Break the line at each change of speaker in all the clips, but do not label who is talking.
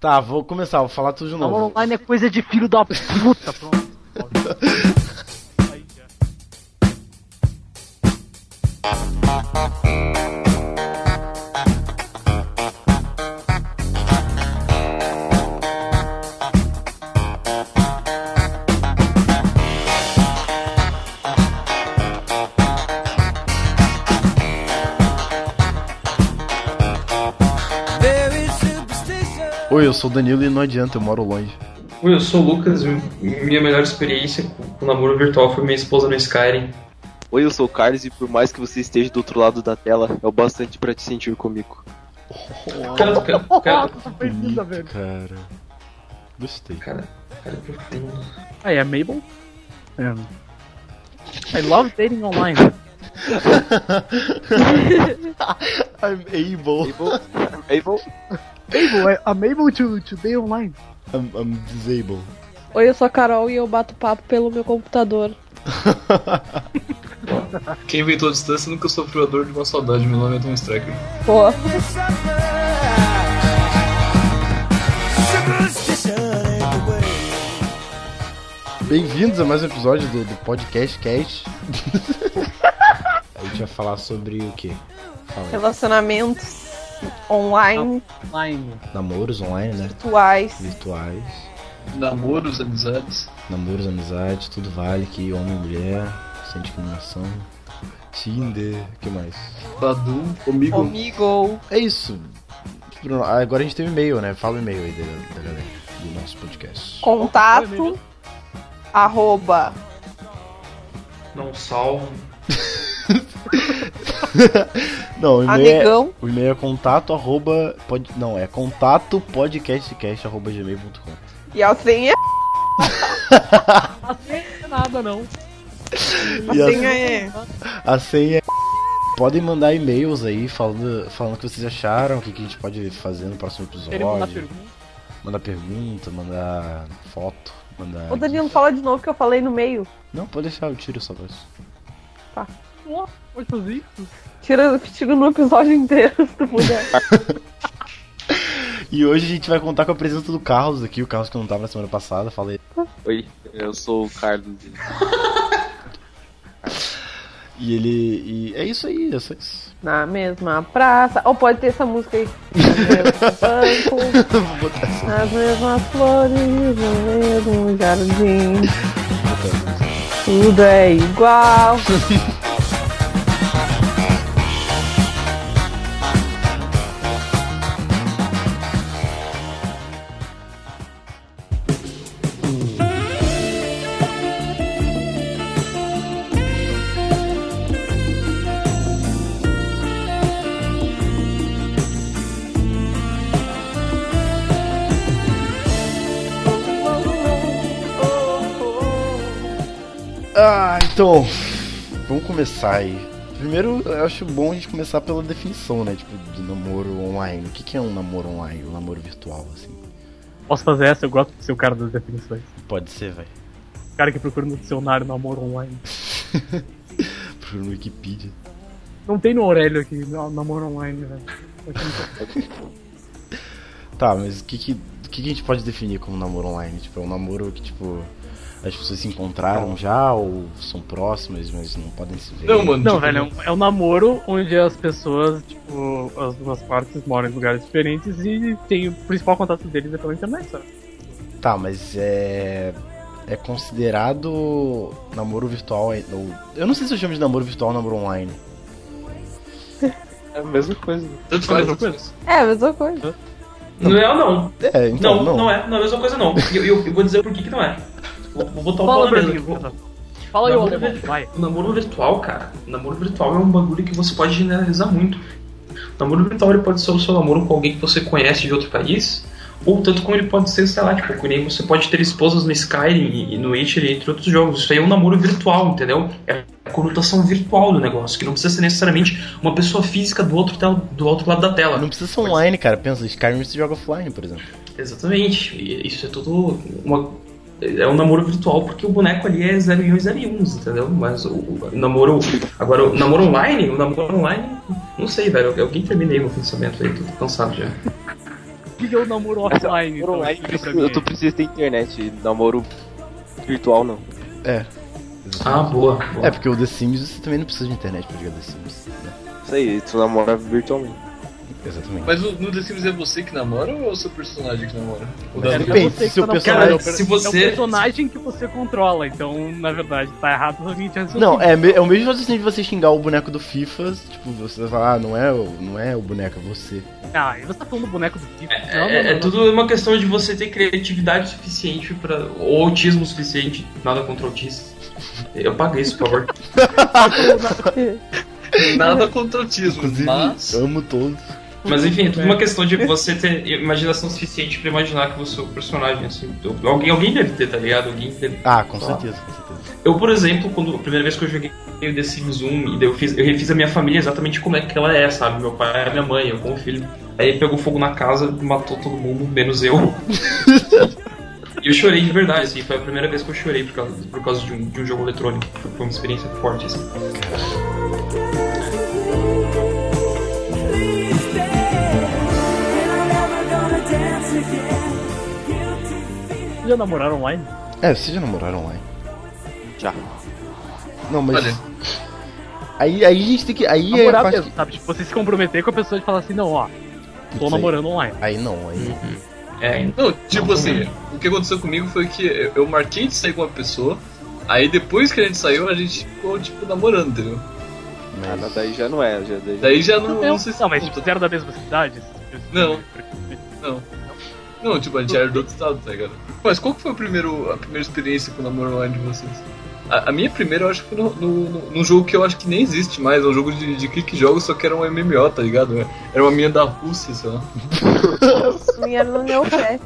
Tá, vou começar, vou falar tudo de
Aula
novo.
online é coisa de filho da puta, pronto.
Oi, eu sou o Danilo e não adianta, eu moro longe.
Oi, eu sou o Lucas. m- Minha melhor experiência com com namoro virtual foi minha esposa no Skyrim.
Oi, eu sou o Carlos e por mais que você esteja do outro lado da tela, é o bastante pra te sentir comigo.
Cara, cara, cara,
foi linda, velho.
cara. Gostei.
cara, cara, é profundo.
Aí, é Mabel? É. I love dating online.
I'm able.
Abel, Abel,
Mabel, é I'm able to, to date online.
I'm, I'm disabled.
Oi, eu sou a Carol e eu bato papo pelo meu computador.
Quem inventou a distância nunca sofreu a dor de uma saudade. Meu nome é Tom Striker.
Pô,
Bem-vindos a mais um episódio do, do Podcast Cast. a gente vai falar sobre o quê? Fala
relacionamentos online,
Online.
aí. Namoros online, né?
virtuais.
Virtuais.
Namoros, amizades.
Namoros, amizades, tudo vale, que homem e mulher, sem discriminação. Tinder, o que mais?
Badu, comigo.
Comigo.
É isso. Bruno, agora a gente tem um e-mail, né? Fala o e-mail aí da, da galera do nosso podcast.
Contato. Arroba.
Não um. salvo.
Não, o e-mail é,
Amigão.
o e-mail é contato arroba, pod, não, é contato podcastcast arroba gmail.com.
E a senha,
Não é nada, não.
a
E a-
senha é.
A senha é... Podem mandar e-mails aí falando, falando o que vocês acharam, o que, que a gente pode fazer no próximo episódio.
Queremos mandar pergunta.
Mandar pergunta, mandar foto, mandar...
O Danilo fala de novo que eu falei no meio.
Não, pode deixar, eu tiro só voz.
Ó, Pode fazer isso?
Tira, tira no episódio inteiro, se tu puder.
E hoje a gente vai contar com a presença do Carlos aqui, o Carlos que não tava na semana passada, falei.
oi, eu sou o Carlos.
E ele. E é isso aí, é só isso.
Na mesma praça. Ou pode ter essa música aí. Na mesma banco.
Vou botar essa.
As mesmas flores no mesmo jardim. Tudo é igual.
Ah, então. Vamos começar aí. Primeiro, eu acho bom a gente começar pela definição, né? Tipo, de namoro online. O que, que é um namoro online? Um namoro virtual, assim.
Posso fazer essa? Eu gosto de ser o cara das definições.
Pode ser, velho.
O cara que procura no dicionário namoro online.
Procura no Wikipedia.
Não tem no Aurélio aqui, na- namoro online, velho.
Tá, mas o que que, o que que a gente pode definir como namoro online? Tipo, é um namoro que, tipo, as pessoas se encontraram já ou são próximas, mas não podem se ver?
Não, mano.
Não,
tipo,
velho, é um, é um namoro onde as pessoas, tipo, as duas partes moram em lugares diferentes e tem o principal contato deles é pela internet, sabe?
Tá, mas é. É considerado namoro virtual. é- Ou, eu não sei se eu chamo de namoro virtual ou namoro online.
É a mesma coisa.
Tanto
É a
faz.
mesma coisa.
É a mesma coisa.
Não é ou não?
É, então.
Não,
Não,
não, é. Não é a mesma coisa, não. E eu, eu- eu vou dizer por que, que não é. Vou, vou botar o pau
Fala,
na mesa.
Berlim. Fala aí, ô
Namoro
alemão,
virtual.
vai.
O namoro virtual, cara. O namoro virtual é um bagulho que você pode generalizar muito. O namoro virtual ele pode ser o seu namoro com alguém que você conhece de outro país, ou tanto como ele pode ser, sei lá, tipo, que nem você pode ter esposas no Skyrim e- e no Witcher, entre outros jogos. Isso aí é um namoro virtual, entendeu? É a conotação virtual do negócio, que não precisa ser necessariamente uma pessoa física do outro, tel- do outro lado da tela.
Não precisa ser online, cara. Pensa, Skyrim se joga offline, por exemplo.
Exatamente. E Isso é tudo uma é um namoro virtual porque o boneco ali é 01 e 01, entendeu? Mas o, o namoro agora o namoro online, o namoro online, não sei, velho. Alguém termina aí meu pensamento aí, tô cansado já.
que é o namoro offline? então,
Online,
explica pra
eu
mim
tô
aí.
preciso ter internet, namoro virtual não.
Ah, boa. boa.
É, porque o The Sims você também não precisa de internet pra jogar The Sims. né?
Isso aí, tu namora virtualmente.
Exatamente.
Mas o- no The Sims é você que namora ou é o seu personagem que namora? O
É,
Davi-
é
Depende,
você
se o
que tá
personagem-
namorando,
Se
é o per-
você-
É o personagem que você controla, então, na verdade, tá errado o seguinte raciocínio.
Não, é, me- é o mesmo raciocínio de você xingar o boneco do FIFA, tipo, você vai falar, ah, não é, o- não é o boneco, é você.
Ah, e você tá falando do boneco do Kiko.
É, é tudo uma questão de você ter criatividade suficiente para ou autismo suficiente, nada contra autistas. Eu paguei isso, por favor.
Nada contra o autismo,
Inclusive,
mas.
amo todos.
Mas enfim, é tudo uma questão de você ter imaginação suficiente pra imaginar que o seu personagem, assim, alguém, alguém deve ter, tá ligado? Alguém deve
Ah, com
Só.
certeza, com certeza.
Eu, por exemplo, quando a primeira vez que eu joguei o The Sims 1, e daí eu, fiz, eu refiz a minha família exatamente como é que ela é, sabe? Meu pai, minha mãe, eu como filho. Aí pegou fogo na casa, matou todo mundo, menos eu. E eu chorei de verdade, assim, foi a primeira vez que eu chorei por causa, por causa de, um, de um jogo eletrônico. Foi- Foi uma experiência forte, assim.
Já namoraram online?
É, vocês já namoraram online.
Já.
Não, mas.
Olha.
Aí, aí a gente tem que. Aí é a
Namorar
parte
mesmo, sabe? Tipo, você se comprometer com a pessoa de falar assim, não, ó,
que-
tô
Putz,
namorando online.
Aí, aí não, aí
Hum.
não.
É,
Não, tipo assim, o que aconteceu comigo foi que eu marquei de sair com uma pessoa, aí depois que a gente saiu, a gente ficou, tipo, namorando, entendeu?
Ah, não,
Mas...
daí já não é, já daí já-
Daí já não,
Não,
não sei se.
não, mas tipo, fizeram da mesma cidade?
Não. Não, tipo, a gente era do outro estado, tá ligado? Mas qual que foi o primeiro, a primeira experiência com o namoro online de vocês? A, a minha primeira, eu acho que foi no, no- no- num jogo que eu acho que nem existe mais, é um jogo de, de clique jogo, só que era um MMO, tá ligado? Era uma menina da Rússia, sei lá.
Minha é no Neopet.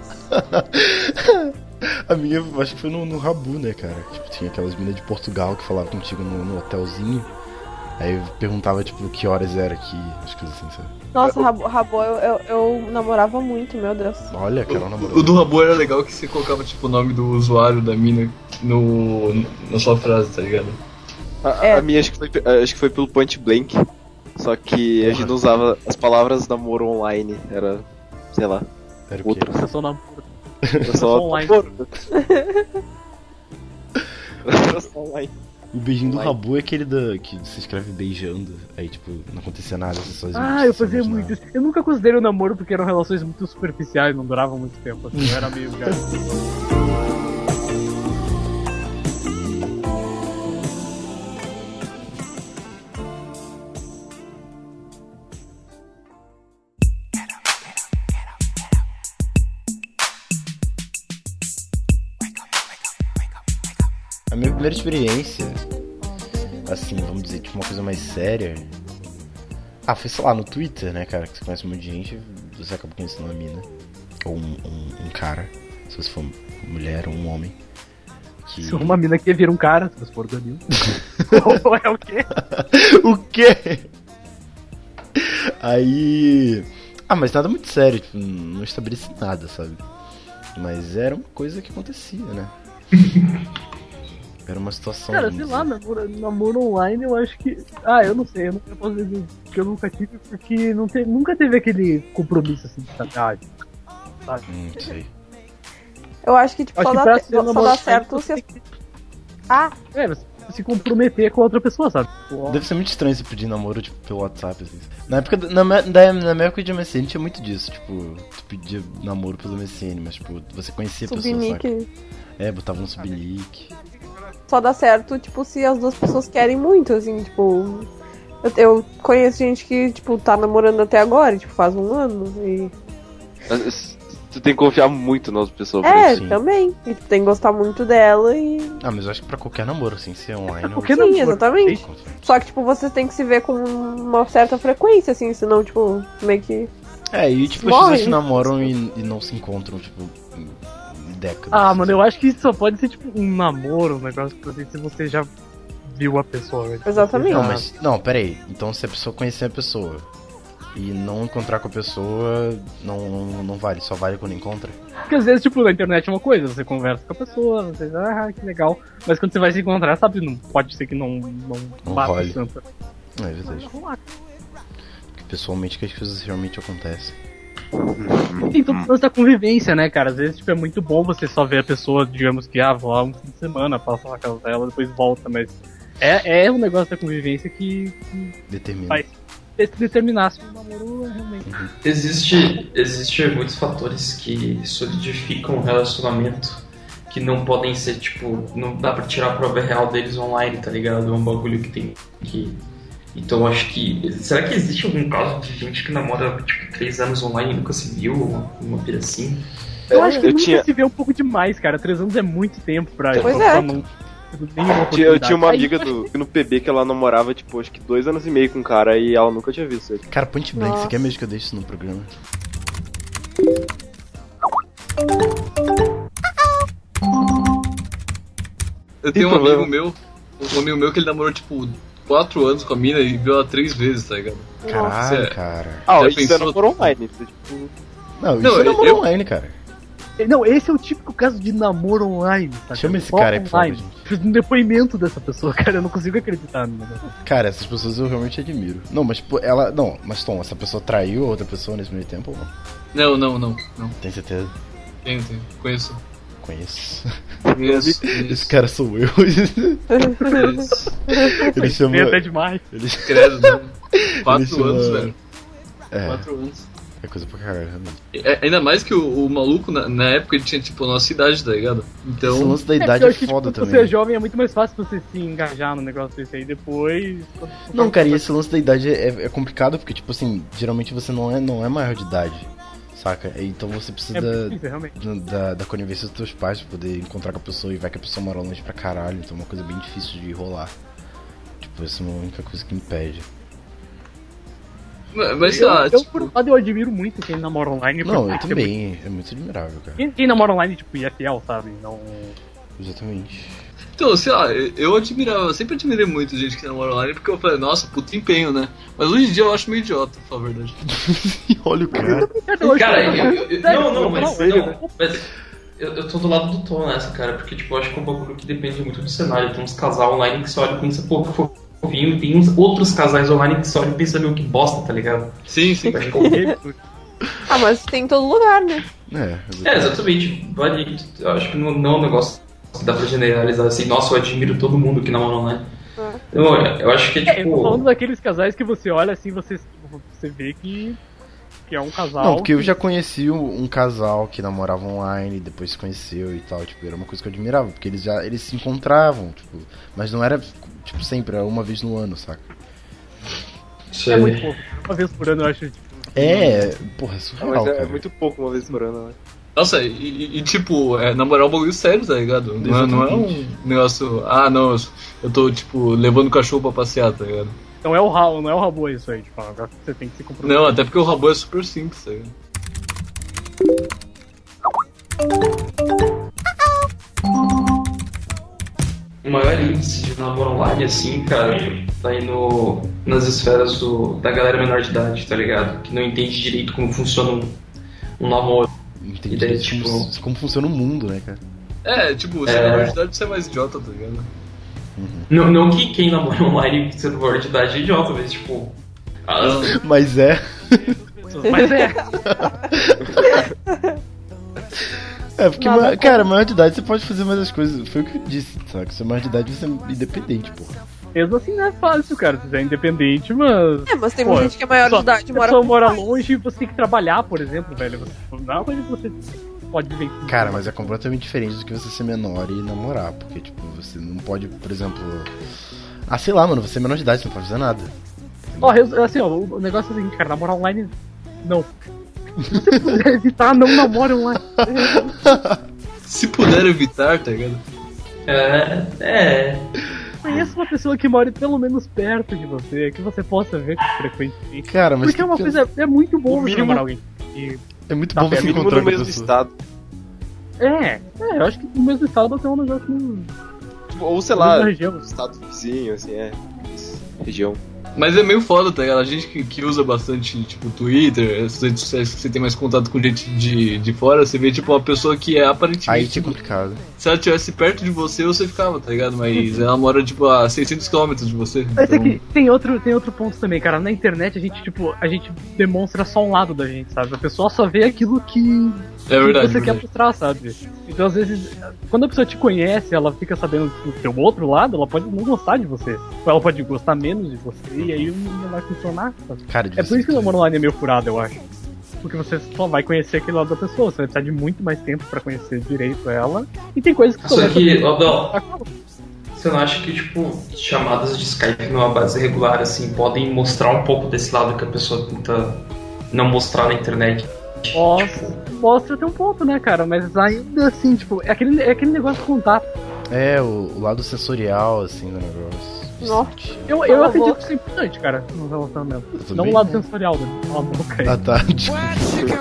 A minha, eu acho que foi no, no Rabu, né, cara? Tipo, tinha aquelas minas de Portugal que falavam contigo no, no hotelzinho. Aí eu perguntava, tipo, que horas era aqui, as coisas assim, sabe?
Nossa, Rabo, Rabo eu, eu, eu namorava muito, meu Deus.
Olha, Carol
O, o
namorou.
do Rabu era legal que você colocava, tipo, o nome do usuário da mina no, na sua frase, tá ligado?
A,
É.
a minha acho que, foi, pe- acho que foi pelo Point Blank. Só que a gente não usava as palavras namoro online, era, sei lá,
Era o quê?
outras.
Eu sou namoro.
Era só
Namoro online.
namoro. Era só online.
O beijinho do
Vai.
Rabu é aquele da, que se escreve beijando, aí tipo, não acontecia nada, você sozinho.
Ah, eu fazia
né?
muito isso. Eu nunca considerei o namoro porque eram relações muito superficiais, não duravam muito tempo, assim, eu era meio garoto.
A minha primeira experiência, assim, vamos dizer, tipo, uma coisa mais séria. Ah, foi, sei lá, no Twitter, né, cara? Que você conhece um monte de gente, você acaba conhecendo uma mina. Ou um, um- um cara. Se você for mulher ou um homem. Que...
Se uma mina que vira um cara, se você for Danilo. Ou é o quê?
o quê? Aí. Ah, mas nada muito sério, tipo, não estabeleci nada, sabe? Mas era uma coisa que acontecia, né? Era uma situação.
Cara,
vamos
sei
dizer.
lá, né? namoro, namoro online eu acho que. Ah, eu não sei, eu não eu posso dizer que eu nunca tive, porque não te- nunca teve aquele compromisso assim de verdade.
Não sei.
Eu acho que, tipo,
Acho
só
que
dá,
pra
te-
ser
só
namorado
dá certo se. Ah,
É, você se comprometer com a outra pessoa, sabe? Tipo, ó,
Deve ser muito estranho você pedir namoro, tipo, pelo WhatsApp, assim. Na época, do- na, me- da- na minha época de MSN tinha muito disso, tipo, tu pedia namoro pelo MSN, mas, tipo, você conhecia a
assim,
pessoa, saca?
subnick.
É, botava um subnick.
Só dá certo, tipo, se as duas pessoas querem muito, assim, tipo. Eu, eu conheço gente que, tipo, tá namorando até agora, tipo, faz um ano. E...
Mas Tu tem que confiar muito nas pessoas. pra
É,
isso.
sim.
também. E tipo, tem que gostar muito dela e.
Ah, mas eu acho que pra qualquer namoro, assim, se é online...
qualquer
Sim,
namoro.
exatamente.
eu...
Só que, tipo, você tem que se ver com uma certa frequência, assim, senão, tipo, meio que.
É, e tipo, as
Morre.
pessoas se namoram e, e não se encontram, tipo, em- em décadas.
Ah,
assim,
mano, eu
sabe?
acho que isso só pode ser tipo um namoro, um negócio que você, se você já viu a pessoa. né?
Exatamente.
Não, mas. Não, peraí. Então se a pessoa conhecer a pessoa e não encontrar com a pessoa, não, não, não vale, só vale quando encontra.
Porque às vezes, tipo, na internet é uma coisa, você conversa com a pessoa, você ah, que legal. Mas quando você vai se encontrar, sabe, não pode ser que não, não,
Não
bata
role.
tanto.
Não, é verdade. Porque pessoalmente que as coisas realmente acontecem.
Tem toda essa convivência, né, cara? Às vezes tipo, é muito bom você só ver a pessoa, digamos que, ah, vou lá um fim de semana, passa lá na casa dela, depois volta, mas é, é um negócio da convivência que
Determina.
Vai. se determinar se o namoro é realmente.
Existe, existe muitos fatores que solidificam o relacionamento que não podem ser, tipo, não dá pra tirar a prova real deles online, tá ligado? É um bagulho que tem que. Então acho que. Será que existe algum caso de gente que namora, tipo, três anos online e nunca se viu? Uma, uma pira assim?
Eu acho que
eu
nunca
tinha-
se vê um pouco demais, cara. Três anos é muito tempo pra
Pois
pra
é.
não- nenhuma
Tinha- Eu tinha uma
é oportunidade.
amiga do, no PB que ela namorava, tipo, acho que dois anos e meio com um cara e ela nunca tinha visto ele.
Cara, Point Blank,
Nossa.
você quer mesmo que eu deixe isso no programa?
Eu tenho um
problema.
amigo meu, um amigo meu que ele namorou, tipo, 4 anos com a mina e viu ela 3 vezes, tá ligado?
Caralho,
é.
cara.
Ah,
Já
isso
pensou?
é namoro online. Isso, é, tipo,
Não, isso
Não,
é namoro
eu-
online, cara.
Não, esse é o típico caso de namoro online, saca?
Chama esse
Só
cara aí, por favor,
Tá online.
gente.
Fiz um depoimento dessa pessoa, cara. Eu não consigo acreditar no negócio.
Cara, essas pessoas eu realmente admiro. Não, mas pô, ela. Não, mas Tom, essa pessoa traiu a outra pessoa nesse meio tempo? Não.
Não, não, não, não.
Tem certeza?
Tenho, tenho. Conheço.
Conheço.
Conheço.
Esse
Conheço.
cara sou eu.
conheço.
ele chama.
Medo é demais.
Ele...
Credo, não.
Isso,
4 anos,
mano.
velho.
É,
4 anos.
é coisa pra caralho. né?
É, ainda mais que o, o maluco, na, na época, ele tinha, tipo, a nossa idade, tá ligado?
Esse
Então,
lance da
É,
idade
porque eu
é,
acho que, tipo,
foda
quando
também.
você é jovem, é muito mais fácil você se engajar no negócio desse aí depois. quando-
Não, cara, e esse lance da idade é, é complicado porque, tipo assim, geralmente você não é, não é maior de idade, saca? Então você
É
precisa
difícil, realmente.
da, da, da conivência dos teus pais pra poder encontrar com a pessoa e vai que a pessoa mora longe pra caralho, então é uma coisa bem difícil de rolar. Tipo, essa é uma única coisa que impede.
mas
é
sei lá,
eu, eu, por
tipo,
um lado, eu admiro muito quem namora online.
Não,
porque
eu
tem
também, é muito admirável, cara.
Quem, quem namora online, tipo, e é fiel, sabe? Não.
Exatamente.
então, sei lá, eu- eu admirava, eu sempre admirei muito gente que namora online, porque eu falei, nossa, puto empenho, né? Mas hoje em dia eu acho meio idiota, pra falar a verdade.
Olha o cara.
Cara, eu, eu- eu- não, não,
Não,
mas,
ele,
não,
né?
mas eu, eu tô do lado do Tom nessa, cara, porque tipo, eu acho que é um bagulho que depende muito do cenário. Tem uns casal online que você olha e pensa, pô, que fofinho, e tem uns outros casais online que você olha e pensa, meu, que bosta, tá ligado?
Sim, sim.
Mas, pô,
Ah, mas tem em todo lugar, né?
É,
É,
exatamente.
exatamente, vale, eu acho que não, não é um negócio que dá pra generalizar assim, nossa, eu admiro todo mundo que namora online. Eu, eu acho que é
É, eu tô falando
tipo.
daqueles casais que você olha assim, você, você vê que, que é um casal.
Não, porque eu
que-
já conheci um, um casal que namorava online, depois se conheceu e tal, tipo, era uma coisa que eu admirava, porque eles já eles se encontravam, tipo, mas não era tipo sempre, era uma vez no ano, saca?
isso
É
aí.
muito pouco. Uma vez por ano eu acho. Tipo,
É, porra, é
ah,
surreal,
mas é, é
cara.
muito pouco uma vez por ano, né?
Nossa, e, e- e, tipo, é, namorar é um bagulho sério, tá ligado? Não é, não é um negócio, ah, não, eu tô, tipo, levando o cachorro pra passear, tá ligado?
não é o rabo, não é o rabo isso aí, tipo, agora você tem que se comprometer.
Não, até porque o robô é super simples, tá ligado?
O maior índice de namoro online, assim, cara, tá aí no, nas esferas do, da galera menor de idade, tá ligado? Que não entende direito como funciona um, um namoro.
Entendi,
E daí,
tipo,
tipo-
como funciona o mundo, né, cara?
É, tipo, você
É.
na verdade você é mais idiota, tá ligado?
Não, não que quem namora online sendo maior de idade é idiota, mas tipo. ah,
Mas é.
Mas é,
É, porque,
Nada
ma-
contra.
cara, maior de idade você pode fazer mais as coisas. Foi o que eu disse, saca? Você é maior de idade, você é independente, pô.
mesmo assim não é fácil, cara. Você é independente, mas.
É, mas tem
Pô,
muita gente que é maior de
só-
idade,
a
mora
pessoa mora longe e você tem que trabalhar, por exemplo, velho. Você, não é uma coisa que você pode viver.
Cara, mas é completamente diferente do que você ser menor e namorar. Porque, tipo, você não pode, por exemplo. Ah, sei lá, mano, você é menor de idade, você não pode fazer nada.
Ó, resu- assim, ó, o negócio é o seguinte, cara, namorar online, não. Se você puder evitar, não namora online.
Se puder evitar, tá ligado?
é, é.
Conheça uma pessoa que mora pelo menos perto de você, que você possa ver frequentemente.
Cara, mas.
Porque é uma coisa, é muito bom
O
você
mínimo-
namorar alguém. E-
É muito
Tá
bom
É
você
mínimo no
encontrar com a
mesmo
pessoa.
estado.
É, é, eu acho que no mesmo estado você é um negócio que não-
Tipo, ou sei
na
lá,
mesma região.
estado vizinho, assim, é. Região.
Mas é meio foda, tá ligado? A gente que, que usa bastante, tipo, Twitter, essas redes sociais que você tem mais contato com gente de, de fora, você vê, tipo, uma pessoa que é
Aí
aparentemente.
que é complicado.
Se ela estivesse perto de você, você ficava, tá ligado? Mas ela mora, tipo, a 600km de você.
Uhum. Mas é
então-
que tem outro, tem outro ponto também, cara. Na internet a gente, tipo, a gente demonstra só um lado da gente, sabe? A pessoa só vê aquilo que
É verdade.
que você quer
verdade.
mostrar, sabe? Então, às vezes, quando a pessoa te conhece, ela fica sabendo do seu outro lado, ela pode não gostar de você. Ou ela pode gostar menos de você, e aí não vai funcionar. sabe?
Cara,
É por isso que o namoro online é meio furado, eu acho. Porque você só vai conhecer aquele lado da pessoa, você vai precisar de muito mais tempo pra conhecer direito ela. E tem coisas que
Só
vai
que,
saber-
ó, Bel, Você não acha que, tipo, chamadas de Skype numa base regular, assim, podem mostrar um pouco desse lado que a pessoa tenta não mostrar na internet?
Mostra, mostra até um ponto, né, cara? Mas ainda assim, tipo, é aquele, é aquele negócio de contato.
É, o, o lado sensorial, assim, do negócio. De
Nossa.
sentir.
Eu, eu acredito que isso é importante, cara, no relacionamento.
Eu
Não
também.
o lado sensorial, né? Cala a boca aí.
Ah, tá. Desculpa.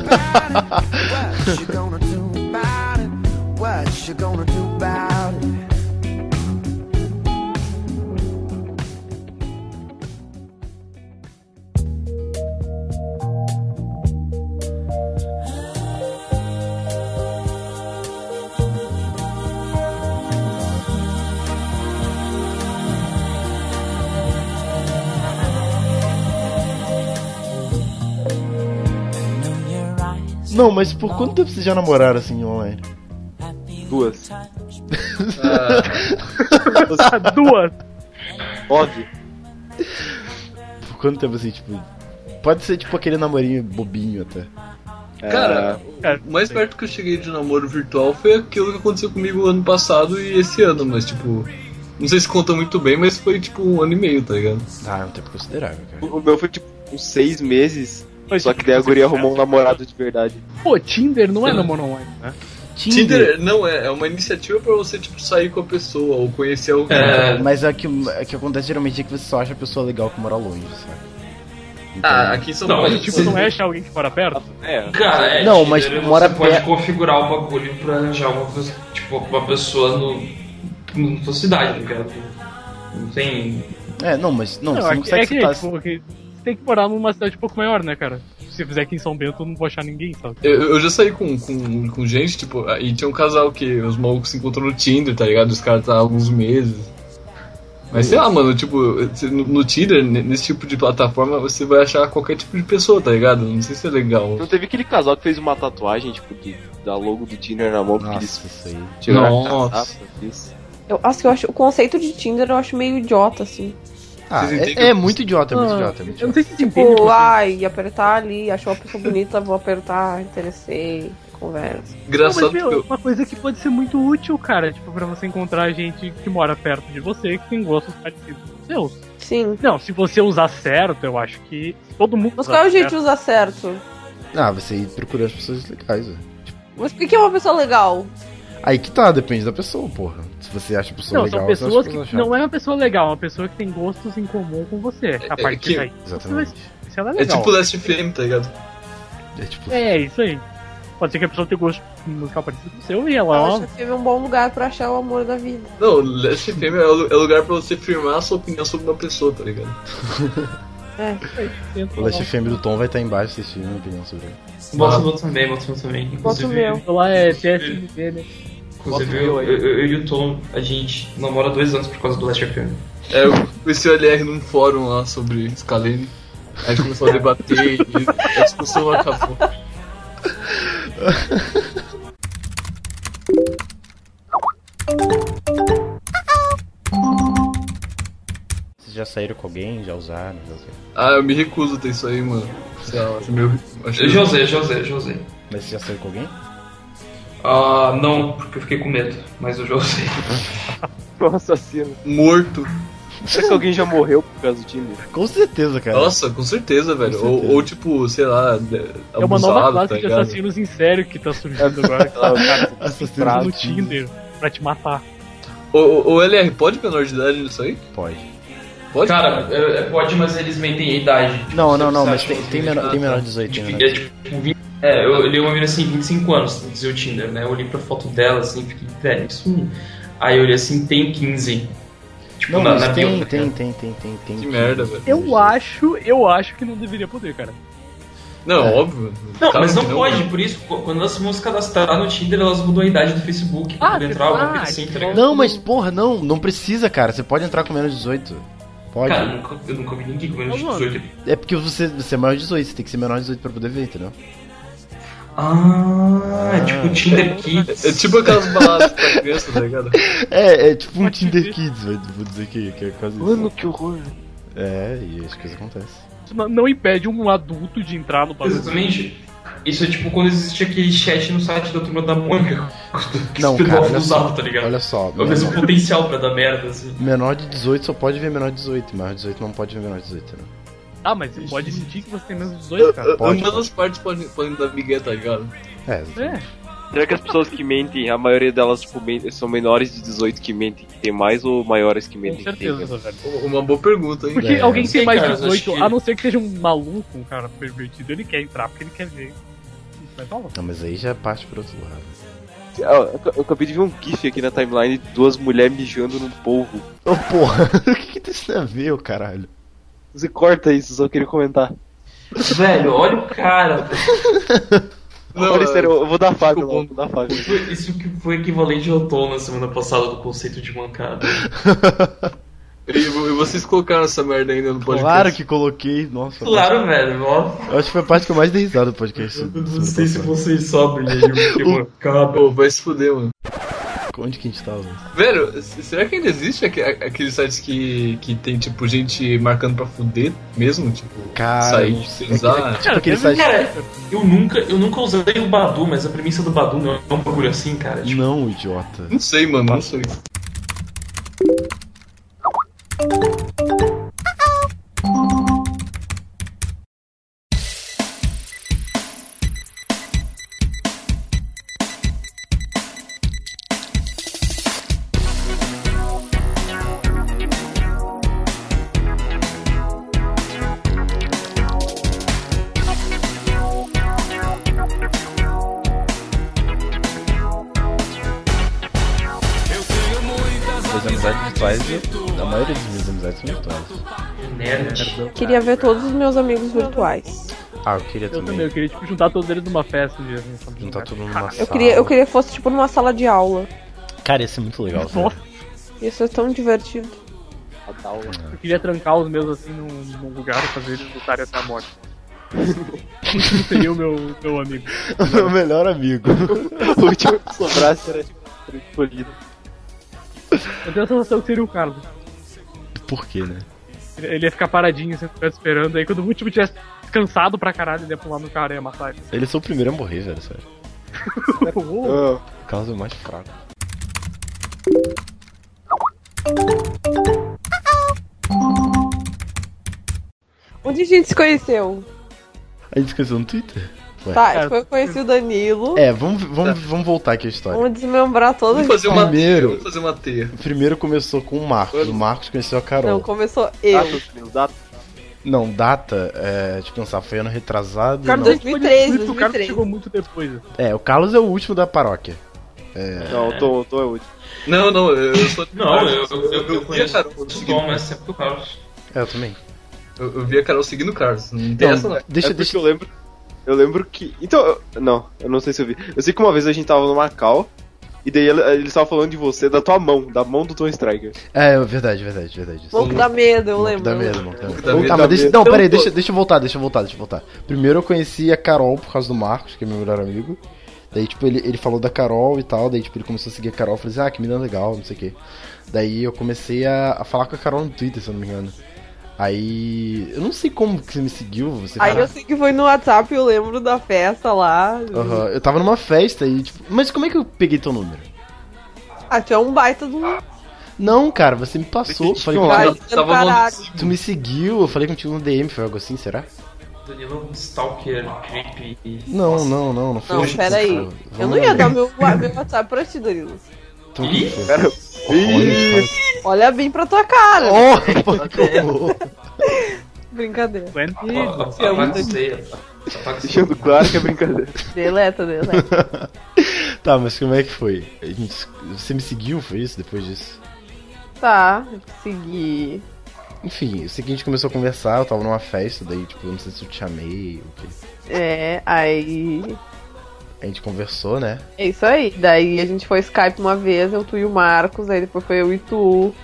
What you gonna do about it? What you gonna do about it? What you gonna do about it?
Não, mas por quanto tempo vocês já namoraram, assim, online?
Duas.
Ah,
Duas!
Nove.
Por quanto tempo, assim, tipo... Pode ser, tipo, aquele namorinho bobinho, até.
É.
cara,
Cara,
o mais perto que eu cheguei de namoro virtual foi aquilo que aconteceu comigo ano passado e esse ano, mas, tipo. Não sei se conta muito bem, mas foi tipo um ano e meio, tá ligado?
Ah, é um tempo considerável, cara.
O o meu foi tipo uns seis meses.
Mas,
Só que daí a
tipo,
guria
você-
arrumou um namorado de verdade.
Pô, Tinder não é namoro online, né?
Tinder não é, é uma iniciativa pra você, tipo, sair com a pessoa ou conhecer alguém.
É,
Mas é que, é que acontece geralmente é que você só acha a pessoa legal que mora longe, sabe? Então-
Ah, aqui em São
Não,
Paulo.
mas,
Tipo, não é achar alguém que mora
Tá
perto?
É.
cara, é,
Não,
Tinder,
mas
você
mora
pode
perto-
configurar o bagulho pra arranjar uma, pe- tipo, uma pessoa no, na sua cidade, cara. Não tem...
É, não, mas não, você
é,
não
que- é
consegue
que,
citar.
tipo, que você tem que morar numa cidade um pouco maior, né, cara? Se você fizer aqui em São Bento, eu não vou achar ninguém, sabe?
Eu, eu já saí com, com, com gente, tipo, e tinha um casal que os malucos se encontram no Tinder, tá ligado? Os caras tá há alguns meses. Mas sei lá, mano, tipo, você- no, no Tinder, ne- nesse tipo de plataforma, você vai achar qualquer tipo de pessoa, tá ligado? Não sei se é legal.
Não Então teve aquele casal que fez uma tatuagem, tipo, de, da logo do Tinder na mão, porque eles
Nossa, isso aí.
tiraram a
Nossa.
caçapa, isso.
Eu, acho que eu acho, o conceito de Tinder eu acho meio idiota, assim.
Ah,
Vocês entendem
é, é
o-
muito idiota, é muito idiota, é muito
Ah, Eu
idiota.
não sei se assim. te entende.
Tipo,
você-
ai, apertar ali, achou uma pessoa bonita, vou apertar, interessei, conversa.
Não, mas,
Engraçado que
meu, é
eu,
uma coisa que pode ser muito útil, cara, tipo, pra você encontrar gente que mora perto de você, que tem gostos parecidos com os seus.
Sim.
Não, se você usar certo, eu acho que todo mundo.
Mas
usa né?
qual é o jeito
certo.
de usar certo?
Ah, você ir procurando as pessoas legais, velho.
Mas o que que é uma pessoa legal?
Aí que tá, depende da pessoa, porra. Se você acha a pessoa
Não,
legal, então
são
você acha
pessoas
a
que.
pessoa
Não é uma pessoa legal, é uma pessoa que tem gostos em comum com você. A
é
partir
que-
daí.
chata.
Você vai
Exatamente.
se ela é
é
legal.
tipo Last Flame, tá ligado?
É tipo.
É, isso aí. Pode ser que a pessoa tenha gosto musical parecido com o seu e ela é
Eu acho
uma...
que teve um bom lugar pra achar o amor da vida.
Não, Last Flame é o é o lugar pra você firmar a sua opinião sobre uma pessoa, tá ligado?
É.
um
é
O Last FM do Tom vai estar embaixo se vocês tiverem uma opinião sobre ele.
Bota o meu também, bota o meu também.
Bota o
Inclusive,
meu.
Lá é TSMV, né?
inclusive eu, eu, eu e o Tom, a gente namora há dois anos por causa do Last FM.
É, eu conheci o LR num fórum lá sobre Scalene. Aí a gente começou a debater e a discussão acabou.
Vocês já saíram com alguém? Já usaram? Já usaram.
Ah, eu me recuso a ter isso aí, mano. Sei lá, acho meio. Acho
Eu já usei, já usei, já usei.
Mas vocês já saíram com alguém?
Ah, não, porque eu fiquei com medo, mas eu já usei.
Pro assassino.
morto.
Será que alguém já morreu por causa do Tinder?
Com certeza, cara.
Nossa, com certeza, velho.
Com certeza.
Ou, ou, tipo, sei lá, de-
É uma nova
abusado,
classe
tá
de
ligado? É,
assassinos em série que tá surgindo agora.
Ah, o cara
Assassino
Pra-
no Tinder pra te matar.
Ô, ô, ô, LR, pode menor de idade nisso aí?
Pode.
Pode?
Cara, é- é- pode, mas eles mentem a idade. Tipo,
Não,
você
não, não,
precisa
mas
achar
tem,
um
tem,
vídeo
menor,
na-
tem menor de 18, tem menor de
É, tipo, 20 é, eu eu li uma menina assim, 25 anos, tem que dizer o Tinder, né? Eu olhei pra foto dela assim, fiquei, velho, isso. não- Aí eu olhei assim, tem 15. Tipo,
Não,
na,
mas
na
tem, um,
biblioteca.
tem, tem, tem, tem, tem.
Que merda, velho.
Eu acho, eu acho que não deveria poder, cara.
Não,
É.
óbvio.
Não,
Claro
mas
que
não pode,
né?
por isso, qu- quando as músicas cadastraram no Tinder, elas mudam a idade do Facebook
Ah,
pra poder entrar, alguma coisa
verdade.
assim, tá ligado?
Não, mas porra, não, não precisa, cara. Você pode entrar com menos 18. Pode.
Cara, eu nunca, eu nunca vi ninguém com menos de
Ô, mano.
18.
É porque você, você é maior de 18, você tem que ser menor de 18 pra poder ver, entendeu?
Ah, é tipo
Ah.
Tinder Kids.
É tipo aquelas baladas pra criança, tá ligado?
É, é tipo um
Pode
Tinder
ver.
Kids, velho, vou dizer que, que é quase isso.
Mano, que horror.
É, e as coisas acontecem.
Isso não- não impede um adulto de entrar no bagulho.
Exatamente. Isso é tipo quando existe aquele chat no site da turma da Mônica. Que
Não,
os pedófilos
cara, olha só,
usavam, tá ligado?
Olha só,
É o mesmo
menor,
potencial pra dar merda, assim.
menor de 18 só pode ver menor de 18, maior de 18 não pode ver menor de 18, né?
Ah, mas você pode sentir que você tem menos 18, cara.
Pode,
Ambas as partes podem, podem dar migué, tá ligado?
É,
É,
Será que as pessoas que mentem, a maioria delas tipo, men- são menores de 18 que mentem que tem mais ou maiores que
com
mentem que tem? né?
certeza, velho.
Uma boa pergunta, hein?
Porque
É,
alguém
não
que tem
sei,
mais
cara, eu acho
18,
que-
a não ser que seja um maluco, um cara pervertido, ele quer entrar porque ele quer ver. Isso vai pra lá.
Não, mas aí já é parte pro outro lado.
Ah, eu- eu acabei de ver um gif aqui na timeline de duas mulheres mijando num polvo.
Ô porra, o que que tem isso a ver, ô caralho?
Você corta isso, só queria comentar.
Velho, olha o cara.
Não,
Olha,
é-
sério, eu vou dar Fábio lá,
bom.
vou dar Fábio.
Isso que foi equivalente ao Tom na semana passada do conceito de mancada.
é, E, vo- e vocês colocaram essa merda ainda no podcast?
Claro que coloquei, nossa.
Claro, velho. Ó,
Eu acho que foi a parte que eu mais dei risada do podcast.
eu
sobre-
não sei se
sobre-
vocês sabem aí o que é mancada.
Pô, vai se fuder, mano.
Onde que a gente tava?
Velho, s- será que ainda existe aque- a- aqueles sites que, que tem, tipo, gente marcando pra fuder mesmo? Tipo,
Cara,
sair
é
sem
que-
usar?
Tipo aquele site.
teve-
Cara, eu nunca, eu nunca usei o Badu, mas a premissa do Badu não é um bagulho assim, cara. Tipo,
Não, idiota.
Não sei, mano, não sei.
As amizades virtuais, eu- a maioria das minhas amizades são virtuais.
Hum. nerd.
Queria ver todos os meus amigos virtuais.
Ah, eu queria
Eu
também.
também, eu queria tipo, juntar todos eles numa festa um dia. Assim, sabe?
Juntar tudo numa sala.
Eu queria, eu queria que fosse tipo numa sala de aula.
Cara, ia ser muito legal. sabe?
Nossa.
Ia ser tão divertido.
Eu queria trancar os meus assim num, num lugar e fazer eles lutarem até a morte. Seria o meu, meu amigo.
Meu melhor amigo.
O último que sobrasse era tipo escolhido.
Eu tenho a sensação que seria o Carlos.
Por quê, né?
Ele, ele ia ficar paradinho, sempre esperando. Aí quando o último tivesse cansado pra caralho, ele ia pular no cara e ia matar ele.
Eles são o primeiro a morrer, velho, sério.
Uou.
Ah.
O Carlos é o mais fraco.
Onde a gente se conheceu?
A gente esqueceu no Twitter.
Tá,
Cara,
foi eu conheci o Danilo.
É, vamos, vamos, vamos voltar aqui a história.
Vamos desmembrar todas
Vamos
as.
fazer uma
Primeiro.
Vamos fazer uma teia.
O primeiro começou com o Marcos. O Marcos conheceu a
Não,
Carol.
começou eu.
Data, Danilo, data.
Não, data, é, de pensar, foi ano retrasado.
O Carlos
não.
a gente foi depois,
2013,
O Carlos
2013.
chegou muito depois. assim.
É, o Carlos é o último da paróquia.
Não, o Tom, o Tom é o último.
Não, não, eu sou.
Não, eu, eu, eu, eu
vi a
conheço
Carol
o
seguindo-
Tom, mas sempre o Carlos.
É, eu também. né?
eu- eu vi a Carol seguindo o Carlos. Não tem essa, não.
Então, Deixa,
é porque
deixa.
eu lembro. Eu lembro que. Então, eu- não, eu não sei se eu vi. Eu sei que uma vez a gente tava no Macau. E daí ele- eles estavam falando de você, da tua mão, da mão do Tom Striker.
É, é verdade, verdade, verdade.
Vamos dar medo, eu
Não,
lembro.
Dá
eu
mesmo,
lembro.
dá mesmo.
Dá
Vamos-
mesmo,
tá,
dá
mas deixa,
mesmo.
não,
Então,
peraí,
pô.
deixa, deixa eu voltar, deixa eu voltar, deixa eu voltar. Primeiro eu conheci a Carol por causa do Marcos, que é meu melhor amigo. Daí, tipo, ele, ele falou da Carol e tal, daí, tipo, ele começou a seguir a Carol, eu falei assim, ah, que menina legal, não sei o quê. Daí eu comecei a, a falar com a Carol no Twitter, se eu não me engano. Aí, eu não sei como que você me seguiu, você
Aí
falou-
eu sei que foi no WhatsApp, eu lembro da festa lá.
Aham, eu tava numa festa e, tipo, mas como é que eu peguei teu número?
Ah, tinha um baita de um
Não, cara, você me passou, falei contigo,
Vai.
baita
Caralho,
do
tava falando
caralho.
tu me seguiu, eu falei contigo no DM, foi algo assim, será?
Danilo é um stalker, creepy.
Não, não, não, não foi
Não,
isso,
peraí.
pô.
Eu
Vamos
não ia
lembrar.
dar meu, meu WhatsApp pra ti, Danilo.
Então, o que
Ih,
foi?
Cara,
Olha bem pra tua cara.
Oh, pô, que horror.
Brincadeira.
É Apaga apaga isso aí. Apaga isso aí.
deixando claro que é brincadeira.
Deleta, deleta.
tá, mas como é que foi? A gente- Você me seguiu, foi isso, depois disso?
Tá, seguir.
Enfim, o seguinte começou a conversar, eu tava numa festa, daí, tipo, eu não sei se eu te chamei ou o quê.
É, aí.
A gente conversou, né?
É isso aí. Daí a gente foi Skype uma vez, eu, tu e o Marcos, aí depois foi eu e tu.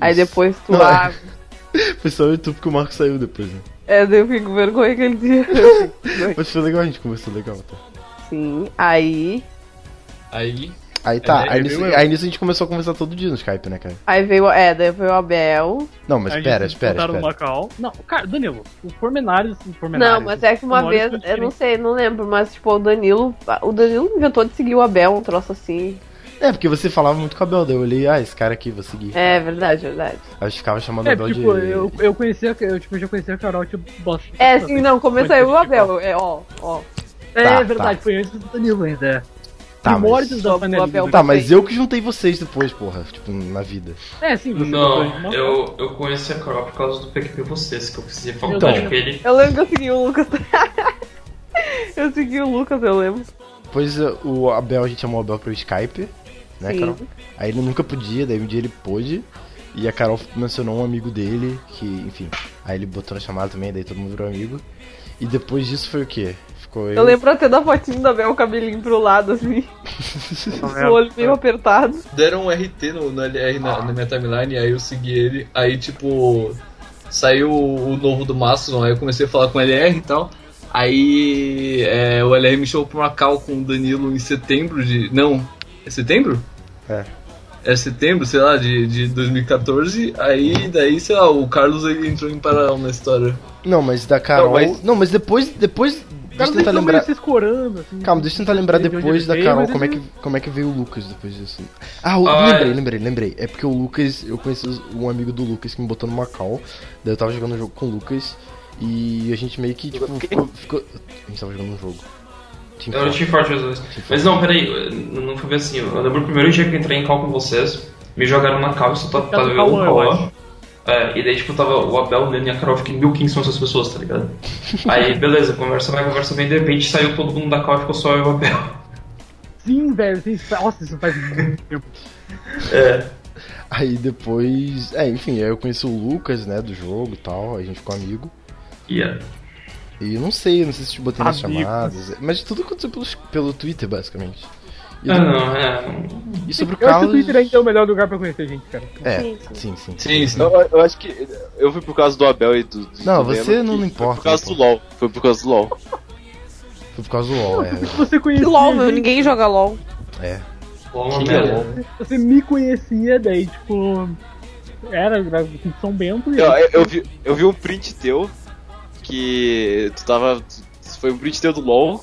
Aí
Isso.
depois tu
Não, é.
lá.
Foi só o YouTube que o Marco saiu depois, né?
É, daí eu fico com vergonha aquele dia.
Mas foi legal, a gente conversou legal, tá?
Sim, aí.
Aí.
Aí tá,
É,
aí,
é
nisso,
meio eu.
aí nisso a gente começou a conversar todo dia no Skype, né, cara?
Aí veio. É, daí veio o Abel.
Não, mas
Aí
espera,
eles
espera,
voltaram no
espera.
local. Não, cara, Danilo, os pormenares, os pormenares.
Não, mas é que uma
Uma hora
vez,
eles são
eu não sei, não lembro, mas tipo, o Danilo. O Danilo inventou de seguir o Abel, um troço assim.
É, porque você falava muito com a Bel, daí eu olhei, ah, esse cara aqui, vou seguir.
É, verdade, verdade.
Aí eu ficava chamando a
É,
Bel de...
tipo, eu, eu conhecia, eu tipo, já conhecia a Carol, tipo, bastante.
É, sim, não, começa aí o
Pode continuar.
Abel. É, ó, ó.
É,
Tá,
verdade,
tá.
foi antes do Danilo ainda.
Tá, mas-
Primórdios da
Só é. o
panelinha.
Abel-
Tá, mas eu que juntei vocês depois, porra, tipo, na vida.
É, sim, você
Não,
botou-
eu, eu conheci a Carol por causa do PQP Vocês, que eu fiz faculdade
Então.
com ele.
Eu lembro que eu segui o Lucas. eu segui o Lucas, eu lembro.
Depois uh, o Abel, a gente chamou o Abel pro Skype, né,
Sim.
Carol? Aí ele nunca podia, daí um dia ele pôde. E a Carol mencionou um amigo dele, que, enfim. Aí ele botou na chamada também, daí todo mundo virou amigo. E depois disso foi o quê? Ficou
Eu lembro até da fotinho da Bel, o cabelinho pro lado, assim, o olho meio apertado.
Deram um RT no, no LR na, na minha timeline, aí eu segui ele, aí tipo. Saiu o novo do Mastodon, aí eu comecei a falar com o LR e tal. Aí é, o LR me chamou pra uma call com o Danilo em setembro de. Não, é setembro?
É.
É setembro, sei lá, de, de 2014. Aí daí, sei lá, o Carlos ele entrou em paralelo na história.
Não, mas da Carol. Não,
Não,
mas,
mas-
depois. depois
Cara,
deixa eu
vocês
tentar
estão
lembrar.
meio se escorando, assim.
Calma, deixa eu tentar lembrar
Ele veio
depois
de
da
veio,
Carol
mas
como é,
ele-
que, como é que veio o Lucas depois disso. Ah, o-
Ah,
lembrei,
é.
lembrei, lembrei. É porque o Lucas, eu conheci os- um amigo do Lucas que me botou numa call. Daí eu tava jogando um jogo com o Lucas. E a gente meio que, tipo,
Jogando o quê?
ficou, ficou- A gente tava jogando um jogo. Team
Eu não
Fortress.
tinha forte os dois. Mas não, peraí, eu- não foi bem assim. Eu lembro o primeiro dia que eu entrei em call com vocês, me jogaram na call, só tava, tava
do
eu um
Cauã, eu
call.
acho.
É, e daí, tipo, tava o Abel, o Neno e a Carol, eu fiquei, meu, quem são essas pessoas, tá ligado? Aí, beleza, conversa vai, conversa vem, de repente saiu todo mundo da call e ficou só eu e o Abel.
Sim, velho, vocês... Nossa, isso faz muito tempo.
É.
Aí depois. É, enfim, aí eu conheci o Lucas, né, do jogo e tal. A gente ficou amigo.
Yeah.
E eu não sei, não sei se te botei nas
Amigo.
chamadas. Mas tudo aconteceu pelo, pelo Twitter, basicamente. E,
Ah, não, é. não-
e sobre o
Eu acho que o
Carlos.
Twitter ainda é o melhor lugar pra conhecer gente, cara.
É,
Sim,
sim, sim.
Sim, sim.
Eu, eu acho que eu fui por causa do Abel e do. do
Não,
do Leno,
você não
que
importa,
Foi por causa
pô.
do LOL. Foi por causa do LOL.
Foi por causa do LOL, é.
Você
Que
conhecia
LOL, meu,
gente,
ninguém joga LOL.
é.
Bom, uma
Que
merda.
Você me conhecia, daí, tipo... Era era de São Bento e...
Eu, eu- eu vi, eu vi um print teu que tu tava. Foi um print teu do LOL.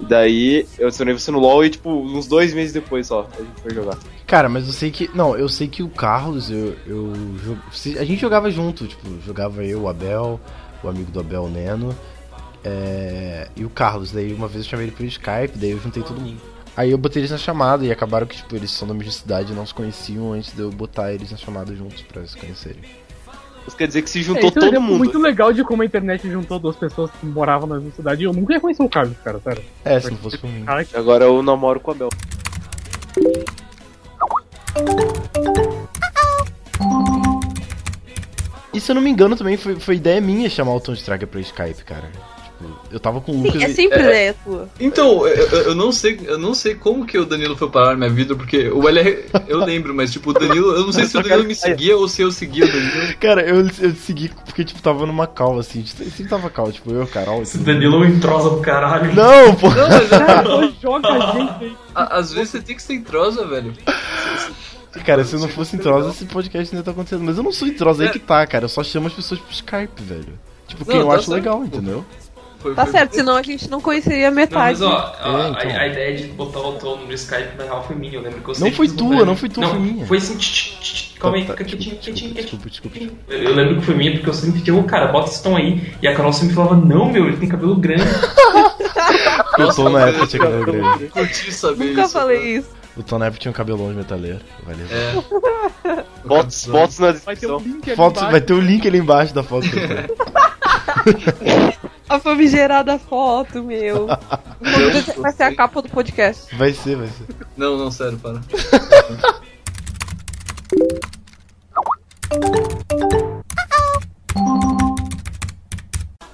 e Daí eu adicionei você no LOL e, tipo, uns dois meses depois só a gente foi jogar.
Cara, mas eu sei que. Não, eu sei que o Carlos, eu. eu jo- se- A gente jogava junto, tipo, jogava eu, o Abel, o amigo do Abel, o Neno. é, E o Carlos. Daí uma vez eu chamei ele pelo Skype, daí eu juntei todo mundo. Aí eu botei eles na chamada e acabaram que, tipo, eles são da mesma cidade e não se conheciam antes de eu botar eles na chamada juntos pra se conhecerem.
Isso quer dizer que se
É,
juntou
isso é um
todo
exemplo
mundo.
muito legal de como a internet juntou duas pessoas que moravam na mesma cidade. E eu nunca ia conhecer o Carlos, cara, sério.
É, se não fosse por mim.
Cara,
Agora eu namoro com o Abel.
E se eu não me engano também, foi, foi ideia minha chamar o Tom Striker pra Skype, cara. Tipo, eu tava com o Lucas.
Sim, é
e-
sempre né, tua.
Então, eu, eu- eu não sei, eu não sei como que o Danilo foi parar na minha vida, porque o LR, eu lembro, mas tipo, o Danilo, eu não sei se o Danilo me seguia ou se eu seguia o Danilo.
Cara, eu, eu segui porque, tipo, tava numa calma, assim. Eu sempre tava calma, tipo, eu, Carol.
Esse
assim.
Danilo é um entrosa pro caralho.
Não, pô.
Não, mas é,
cara, só joga a gente aí.
a- às vezes você tem que ser em trosa, velho.
Cara, se eu não fosse entrosa, esse podcast não ia tá acontecendo. Mas eu não sou entrosa, aí
É.
que tá, cara. Eu só chamo as pessoas pro Skype, velho. Tipo, quem
Não,
eu
tá
acho
certo,
legal,
pô.
entendeu?
Foi-
Tá
foi-
certo, senão a gente não conheceria
Não, mas
metade.
ó, a,
É,
a-
então.
a ideia de botar o tom no Skype na real foi minha, eu lembro que
Não
eu sempre
foi
fiz um
tua,
pra ele.
não foi tua, foi minha.
Foi assim, tch, tch, tch, calma aí,
Tá, tá,
fica quietinho,
desculpa,
quietinho, quietinho.
desculpa, desculpa, desculpa.
Eu eu lembro que foi minha porque eu sempre fiquei, ô cara, bota esse tom aí. E a Carol sempre falava, não, meu, ele tem cabelo grande.
Porque o Tom na época tinha cabelo grande.
Eu curti saber
Nunca
isso. né? cara.
falei isso.
O Tom na época tinha um cabelão de metaleiro. Valeu.
É.
Fotos, fotos na
Vai ter um
descrição.
link ali
Foto,
embaixo.
vai ter o link ali embaixo da foto. que eu tenho.
A famigerada foto, meu. Vai ser a capa do podcast.
Vai ser, vai ser.
Não, não, sério, para.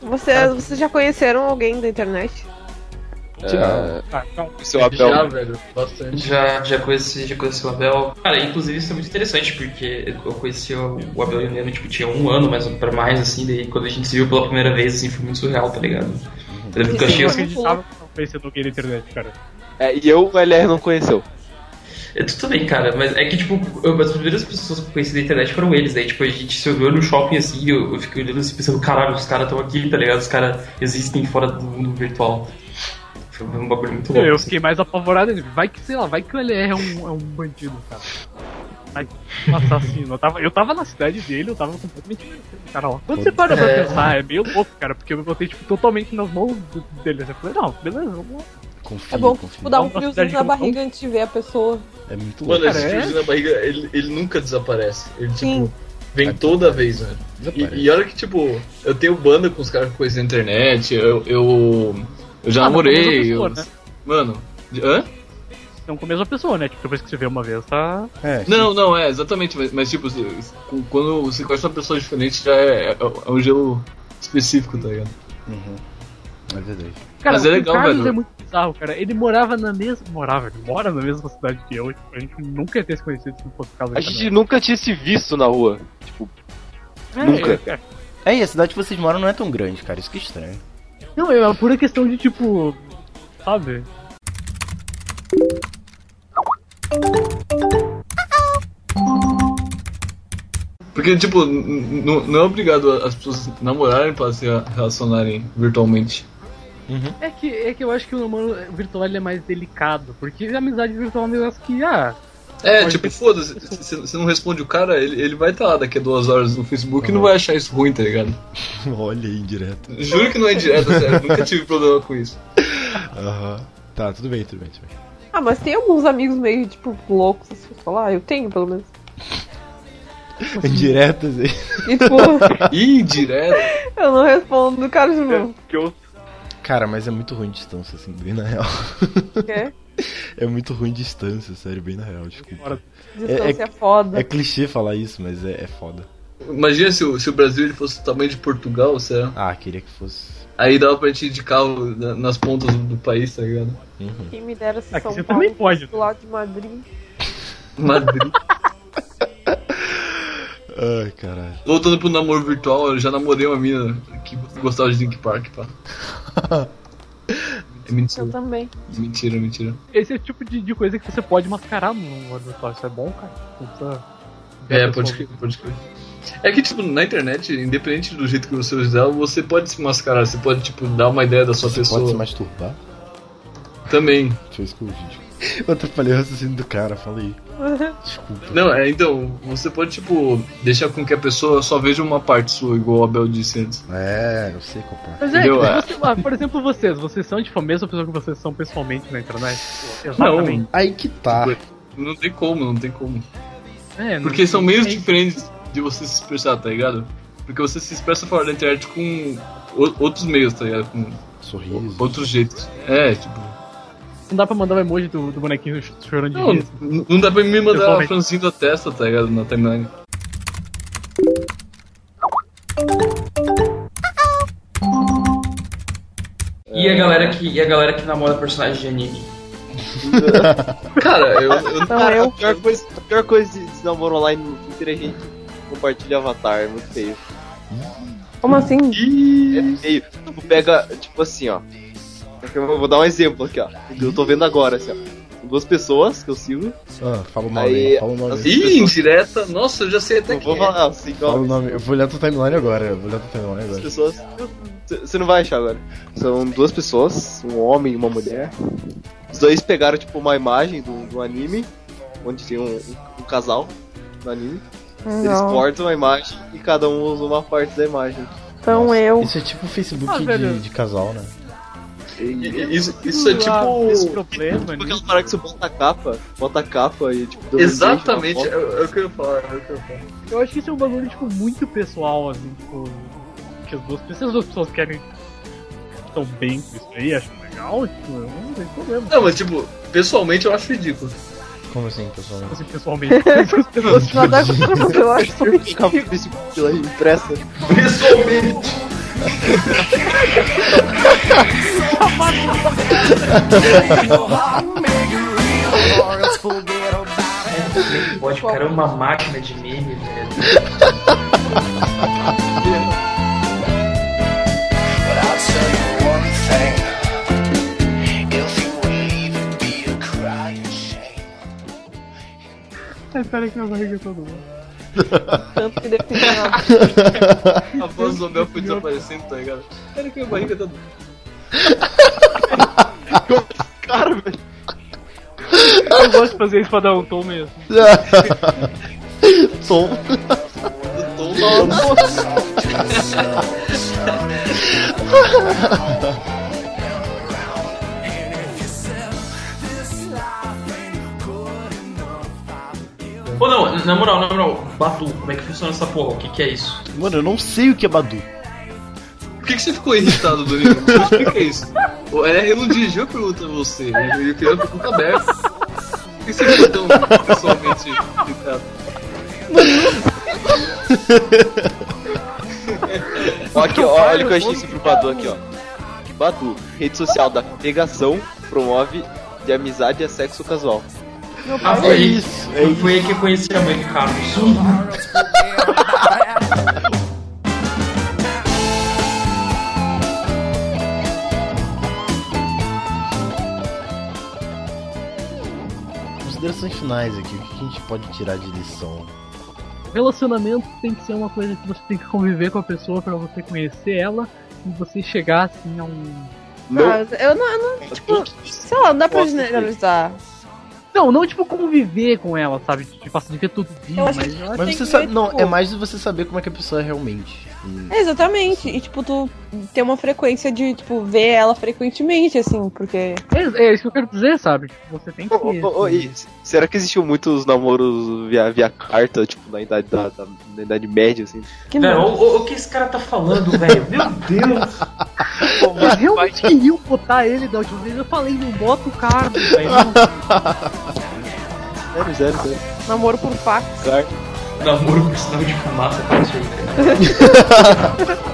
Você- vocês já conheceram alguém da internet?
É,
Ah, calma.
o seu Abel.
Já, velho, bastante.
Já, já, conheci, já conheci o Abel. Cara, inclusive isso é muito interessante, porque eu conheci o, o Abel e o Neno, tipo, tinha um ano mais ou- pra mais, assim, daí quando a gente se viu pela primeira vez, assim, foi muito surreal, tá ligado? Eu lembro que eu achei
Eu
Sim,
assim.
acreditava que não conhecia alguém na internet, cara.
É, e eu, o LR não conheceu.
É, Tudo bem, cara, mas é que, tipo, eu- as primeiras pessoas que eu conheci da internet foram eles, daí, tipo, a gente se olhou no shopping, assim, eu, eu fiquei olhando assim, pensando, caralho, os caras estão aqui, tá ligado? Os caras existem fora do mundo virtual. Foi um bagulho muito louco.
Eu
assim.
fiquei mais apavorado. Vai que, sei lá, vai que o LR é um, é um bandido, cara. Vai que é um assassino. Eu tava, eu tava na cidade dele, eu tava completamente. Cara, ó. Quando você para pra
É.
pensar, é meio louco, cara, porque eu me botei tipo, totalmente nas mãos do- dele. Eu falei, não, beleza, vamos lá.
Confia,
É bom,
confia.
tipo, dar um
Vamos na
friozinho
cidade
na
de Botão.
barriga antes de ver a pessoa.
É muito louco.
Mano, esse
Cara, é?
friozinho na barriga, ele, ele nunca desaparece. Ele,
Sim.
tipo, vem toda vez, velho.
Desaparece.
E, e olha que, tipo, eu tenho banda com os caras que conhecem na internet, eu, eu, eu já
Ah, mas é uma
namorei.
pessoa,
eu-
né?
Mano, hã?
Então, com a mesma pessoa, né? Tipo, depois que você vê uma vez, tá.
É,
Não, não, é, exatamente, mas, mas, tipo, se- se- quando você conhece uma pessoa diferente, já é, é- é um gelo específico, tá ligado?
uhum. é verdade.
Cara,
Mas é
o
legal,
Carlos
velho.
é muito bizarro, cara. Ele morava na mesma. Morava, ele mora na mesma cidade que eu. Tipo, a gente nunca ia ter se conhecido se não fosse por causa
A
dele,
gente nunca tinha se visto na rua.
né?
nunca.
É, é.
É, e a cidade que vocês moram não é tão grande, cara. Isso que é estranho.
Não, é uma pura questão de tipo. Sabe?
Porque, tipo, n- n- não é obrigado as pessoas namorarem pra se relacionarem virtualmente.
É que, é que eu acho que o namoro virtual ele é mais delicado, porque a amizade virtual é um negócio que, ah,
É,
Pode
tipo, foda-se, se você não responde o cara, ele, ele vai estar lá daqui a duas horas no Facebook e não vai achar isso ruim, tá ligado?
Olha aí, direto.
Juro que não é direto, sério, nunca tive problema com isso.
Aham. Tá, tudo bem, tudo bem, tudo bem.
Ah, mas tem alguns amigos meio, tipo, loucos, se eu falar. "Ah, Eu tenho, pelo menos.
Direto, assim.
E, tipo,
Ih, direto.
eu não respondo, cara, de novo.
Que eu
Cara, mas é muito ruim de distância, assim, bem na real.
É,
É muito ruim de distância, sério, bem na real, desculpa.
distância é, foda.
É clichê falar isso, mas é, é foda.
Imagina se o, se o Brasil ele fosse do tamanho de Portugal, será?
Ah, queria que fosse.
Aí dava pra gente ir de carro na- nas pontas do, do país, tá ligado?
Uhum.
Quem me dera se
aqui
São
É você
Paulo
também pode. né?
do lado de Madrid.
Madrid.
Ai, caralho.
Voltando pro namoro virtual, eu já namorei uma mina que gostava de Link Park, pá. É
Eu
mentira,
também.
mentira, mentira.
Esse é o tipo de, de coisa que você pode mascarar no namoro virtual. Isso é bom, cara. Não precisa ver a
É,
pessoa.
pode crer, pode crer. É que, tipo, na internet, independente do jeito que você usar, você pode se mascarar, você pode, tipo, dar uma ideia da sua
Você pode se
pessoa
masturbar?
também.
Deixa eu escolher o vídeo. Eu atrapalhei o raciocínio do cara, falei. Desculpa.
Não, é, então, você pode, tipo, deixar com que a pessoa só veja uma parte sua, igual o Abel disse antes.
É, eu sei qual parte.
Mas é,
Entendeu?
que você- ah, por exemplo, vocês, vocês são tipo a mesma pessoa que vocês são pessoalmente na internet? Pô, Exatamente.
Aí que tá.
Não tem como, não tem como.
É, não-
Porque são
não
meios
tem-
diferentes de você se expressar, tá ligado? Porque você se expressa fora da internet com o- outros meios, tá ligado? Com
Sorriso.
outros jeitos. É, tipo.
Não dá pra mandar o emoji do, do bonequinho ch- chorando de
Não,
rir.
n- não dá pra me
Eu
mandar
vou
a
ver.
franzinha da testa, tá ligado? Na timeline.
E a galera que e a galera que namora personagem de anime.
Cara, eu. eu
Então eu.
a pior coisa, a pior coisa de, de namoro online no Twitter é a gente compartilha avatar, é muito feio.
Como assim?
É feio. Tipo, pega, tipo assim, ó. É que Eu vou dar um exemplo aqui, ó. Eu tô vendo agora, assim, ó. Duas pessoas que eu sigo.
Ah, fala o nome,
Aí,
fala o nome.
assim,
Ih, indireta? Nossa, eu já sei até
Não
que. é.
vou falar assim, ó.
Fala o nome. Eu vou olhar tua timeline agora. Eu vou olhar tua timeline
Duas
agora.
pessoas. Você não vai achar agora. São duas pessoas, um homem e uma mulher. Os dois pegaram, tipo, uma imagem de um, de um anime, onde tem um, um- um casal no anime. Eles
Não.
cortam a imagem e cada um usa uma parte da imagem.
Então
Nossa,
eu.
Isso é tipo o Facebook
Ah, velho.
de, de casal, né?
E- e- Isso, isso é
Ah, esse
tipo.
problema,
Tipo
né?
aquela parada que você bota a capa, bota a capa e tipo. dá um
Exatamente,
beijo na foto.
é é o que eu ia falar, é o que eu ia falar.
Eu acho que isso é um bagulho, tipo, muito pessoal, assim, tipo. Que as duas, se as duas pessoas querem. Estão bem com isso aí, acham legal, tipo, eu não tem problema.
Não, mas tipo, pessoalmente eu acho ridículo.
Como assim, pessoal?
Assim, pessoalmente. as pessoas-
Nada contra, eu acho.
Capa do Facebook lá impressa.
Pessoalmente!
Pode, o cara é uma máquina de meme, velho.
Ai, peraí que minha barriga tá doendo.
Tanto que definhava.
A voz do Abel foi desaparecendo, tá ligado? Cara, que minha barriga tá doendo.
Cara, velho.
Eu gosto de fazer isso pra dar um tom mesmo.
Tom.
Eu tô mal.
Ou não, na moral, na moral, Batu, como é que funciona essa porra? O que, que é isso?
Mano, eu não sei o que é Badu.
Por que, que você ficou irritado, Danilo? Explica isso. Ô, é, Eu não dirigi a pergunta a você, né? eu eu queria uma pergunta aberta. Por que que você ficou tão pessoalmente irritado?
Ó, aqui, ó, olha o que eu achei sobre o Badu aqui, ó. Badu, rede social da pegação, promove de amizade a sexo casual.
Ah, foi aí.
isso, é isso.
Foi aí que eu conheci a mãe do Carlos.
Considerações finais aqui, o que a gente pode tirar de lição?
Relacionamento tem que ser uma coisa que você tem que conviver com a pessoa pra você conhecer ela e você chegar assim a um.
Não,
Mas eu não, eu não, tipo, sei lá, não dá pra
Posso
generalizar.
Não, não tipo conviver com ela, sabe? Tipo assim, ver tudo dia,
Eu acho
mas.
que-
Mas
tem
você
que
sabe.
ver,
Não,
tipo-
é mais de você saber como é que a pessoa é realmente. Hum,
É, exatamente. E, tipo, tu ter uma frequência de, tipo, ver ela frequentemente, assim, porque.
É, é isso que eu quero dizer, sabe? Tipo, Você tem que.
Ô, ô, ô, ô, e s- será que existiu muitos namoros via, via carta, tipo, na idade, da, da- na idade média, assim?
Que
Não,
não.
o, o que esse cara tá falando, velho? Meu Deus!
Mas realmente queriam botar ele da última vez. Eu falei, não bota o cara, velho. Não,
Zero, zero, zero.
Namoro por fax.
Car-
tá, Namoro com sinal de fumaça, parece aí, cara.